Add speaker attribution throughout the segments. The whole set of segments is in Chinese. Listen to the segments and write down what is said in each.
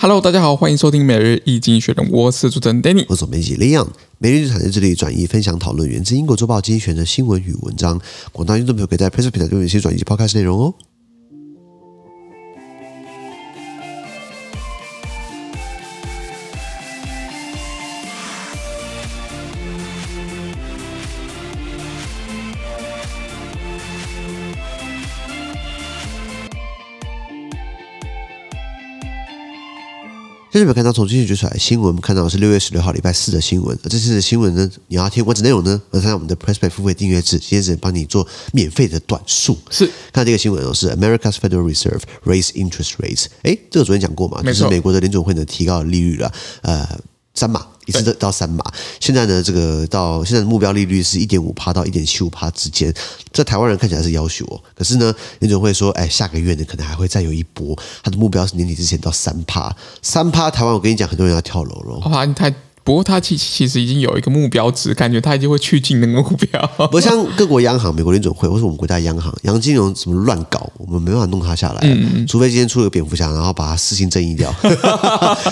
Speaker 1: Hello，大家好，欢迎收听每日易经学人，我是主持人 Danny。
Speaker 2: 我是总编辑 Leon，每日日产在这里转译、分享、讨论源自英国《周报》精选的新闻与文章。广大听众朋友可以在 p r e s s 平台留言区转译及 Podcast 内容哦。现在没有看到从经济局出来的新闻，我们看到的是六月十六号礼拜四的新闻。而这次的新闻呢，你要听完整内容呢，那参加我们的 Press Play 付费订阅制，今天只能帮你做免费的短述。
Speaker 1: 是
Speaker 2: 看这个新闻哦，是 America's Federal Reserve raise interest rates。哎，这个昨天讲过嘛，
Speaker 1: 没
Speaker 2: 就
Speaker 1: 错
Speaker 2: 是美国的联准会呢提高了利率了，呃。三码，一次到三码。现在呢，这个到现在的目标利率是一点五帕到一点七五帕之间，在台湾人看起来是要求哦。可是呢，联准会说，哎，下个月呢可能还会再有一波，它的目标是年底之前到三帕。三帕，台湾我跟你讲，很多人要跳楼了。哦
Speaker 1: 好吧，他不过他其其实已经有一个目标值，感觉他已经会趋近那个目标。
Speaker 2: 不像各国央行、美国联准会或是我们国家央行，杨金融怎么乱搞，我们没办法弄它下来、啊
Speaker 1: 嗯
Speaker 2: 除非今天出了个蝙蝠侠，然后把它私刑正 义掉。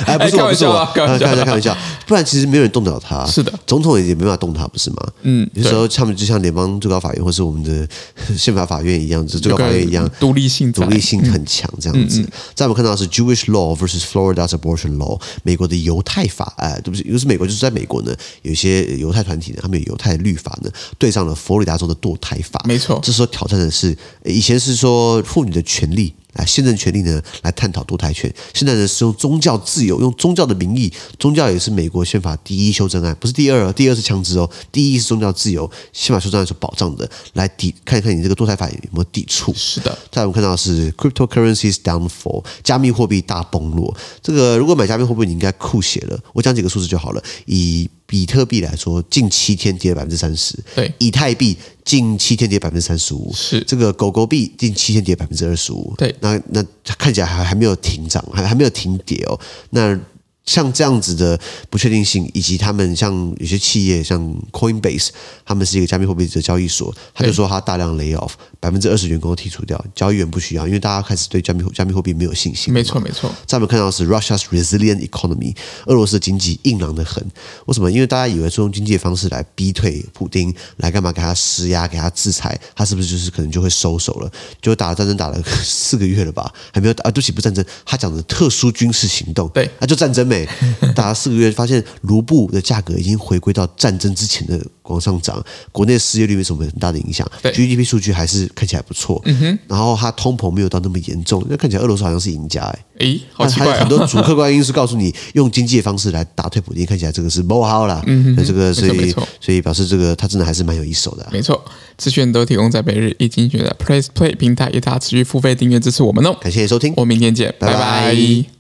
Speaker 2: 哎，不是
Speaker 1: 开
Speaker 2: 我，
Speaker 1: 玩
Speaker 2: 不是
Speaker 1: 笑
Speaker 2: 我，
Speaker 1: 啊
Speaker 2: 呃
Speaker 1: 开
Speaker 2: 开
Speaker 1: 玩笑啊
Speaker 2: 玩笑，开玩笑，不然其实没有人动得了他。
Speaker 1: 是的，
Speaker 2: 总统也没办法动他，不是吗？
Speaker 1: 嗯
Speaker 2: 有时候他们就像联邦最高法院或是我们的 宪法法院一样，就是最高法院一样
Speaker 1: 有，个独立性在嗯
Speaker 2: 独立性很强这样子。再我们看到的是 Jewish law versus Florida's abortion law，美国的犹太法，呃，对不是，又是美国，就是在美国呢，有一些呃犹太团体呢，他们有犹太律法呢，对上了佛罗里达州的堕胎法。
Speaker 1: 没错
Speaker 2: 这时候挑战的是，呃以前是说妇女的权利。啊，宪政权利呢，来探讨堕胎权。现在呢，是用宗教自由，用宗教的名义，宗教也是美国宪法第一修正案，不是第二哦，第二是枪支哦，第一是宗教自由，宪法修正案所保障的，来抵看一看你这个堕胎法有没有抵触。
Speaker 1: 是的，
Speaker 2: 再来我们看到的是 cryptocurrencies downfall，加密货币大崩落。这个如果买加密货币，你应该酷写了。我讲几个数字就好了。以比特币来说，近七天跌百分之三十；
Speaker 1: 对
Speaker 2: 以太币近七天跌百分之三十五；
Speaker 1: 是
Speaker 2: 这个狗狗币近七天跌百分之二十五。
Speaker 1: 对
Speaker 2: 那那看起来还还没有停涨，还还没有停跌哦。那像这样子的不确定性，以及他们像有些企业，像 Coinbase，他们是一个加密货币的交易所，他就说他大量 lay off，百分之二十员工剔除掉，交易员不需要，因为大家开始对加密加密货币没有信心。
Speaker 1: 没错没错，
Speaker 2: 再我们看到的是 Russia's resilient economy，俄罗斯的经济硬朗的很。为什么？因为大家以为是用经济的方式来逼退普丁，来干嘛？给他施压，给他制裁，他是不是就是可能就会收手了？就打战争打了 四个月了吧，还没有打啊？对不起，不是战争，他讲的特殊军事行动，
Speaker 1: 对
Speaker 2: 啊，就战争没打了四个月，发现卢布的价格已经回归到战争之前的往上涨，国内失业率没什么很大的影响
Speaker 1: 对
Speaker 2: ，GDP 数据还是看起来不错，嗯哼，然后它通膨没有到那么严重，那看起来俄罗斯好像是赢家哎、
Speaker 1: 诶，好
Speaker 2: 但
Speaker 1: 奇
Speaker 2: 还有
Speaker 1: 怪
Speaker 2: 很
Speaker 1: 啊、
Speaker 2: 多主客观因素告诉你，用经济的方式来打退普丁，看起来这个是不好啦。嗯这个所
Speaker 1: 没
Speaker 2: 以
Speaker 1: 错没错
Speaker 2: 所以表示这个他真的还是蛮有一手的啊、
Speaker 1: 没错，资讯都提供在每日易经学的 Press Play 平台，也大家持续付费订阅支持我们哦。
Speaker 2: 感谢收听，
Speaker 1: 我们明天见，
Speaker 2: 拜
Speaker 1: 拜
Speaker 2: 拜
Speaker 1: 拜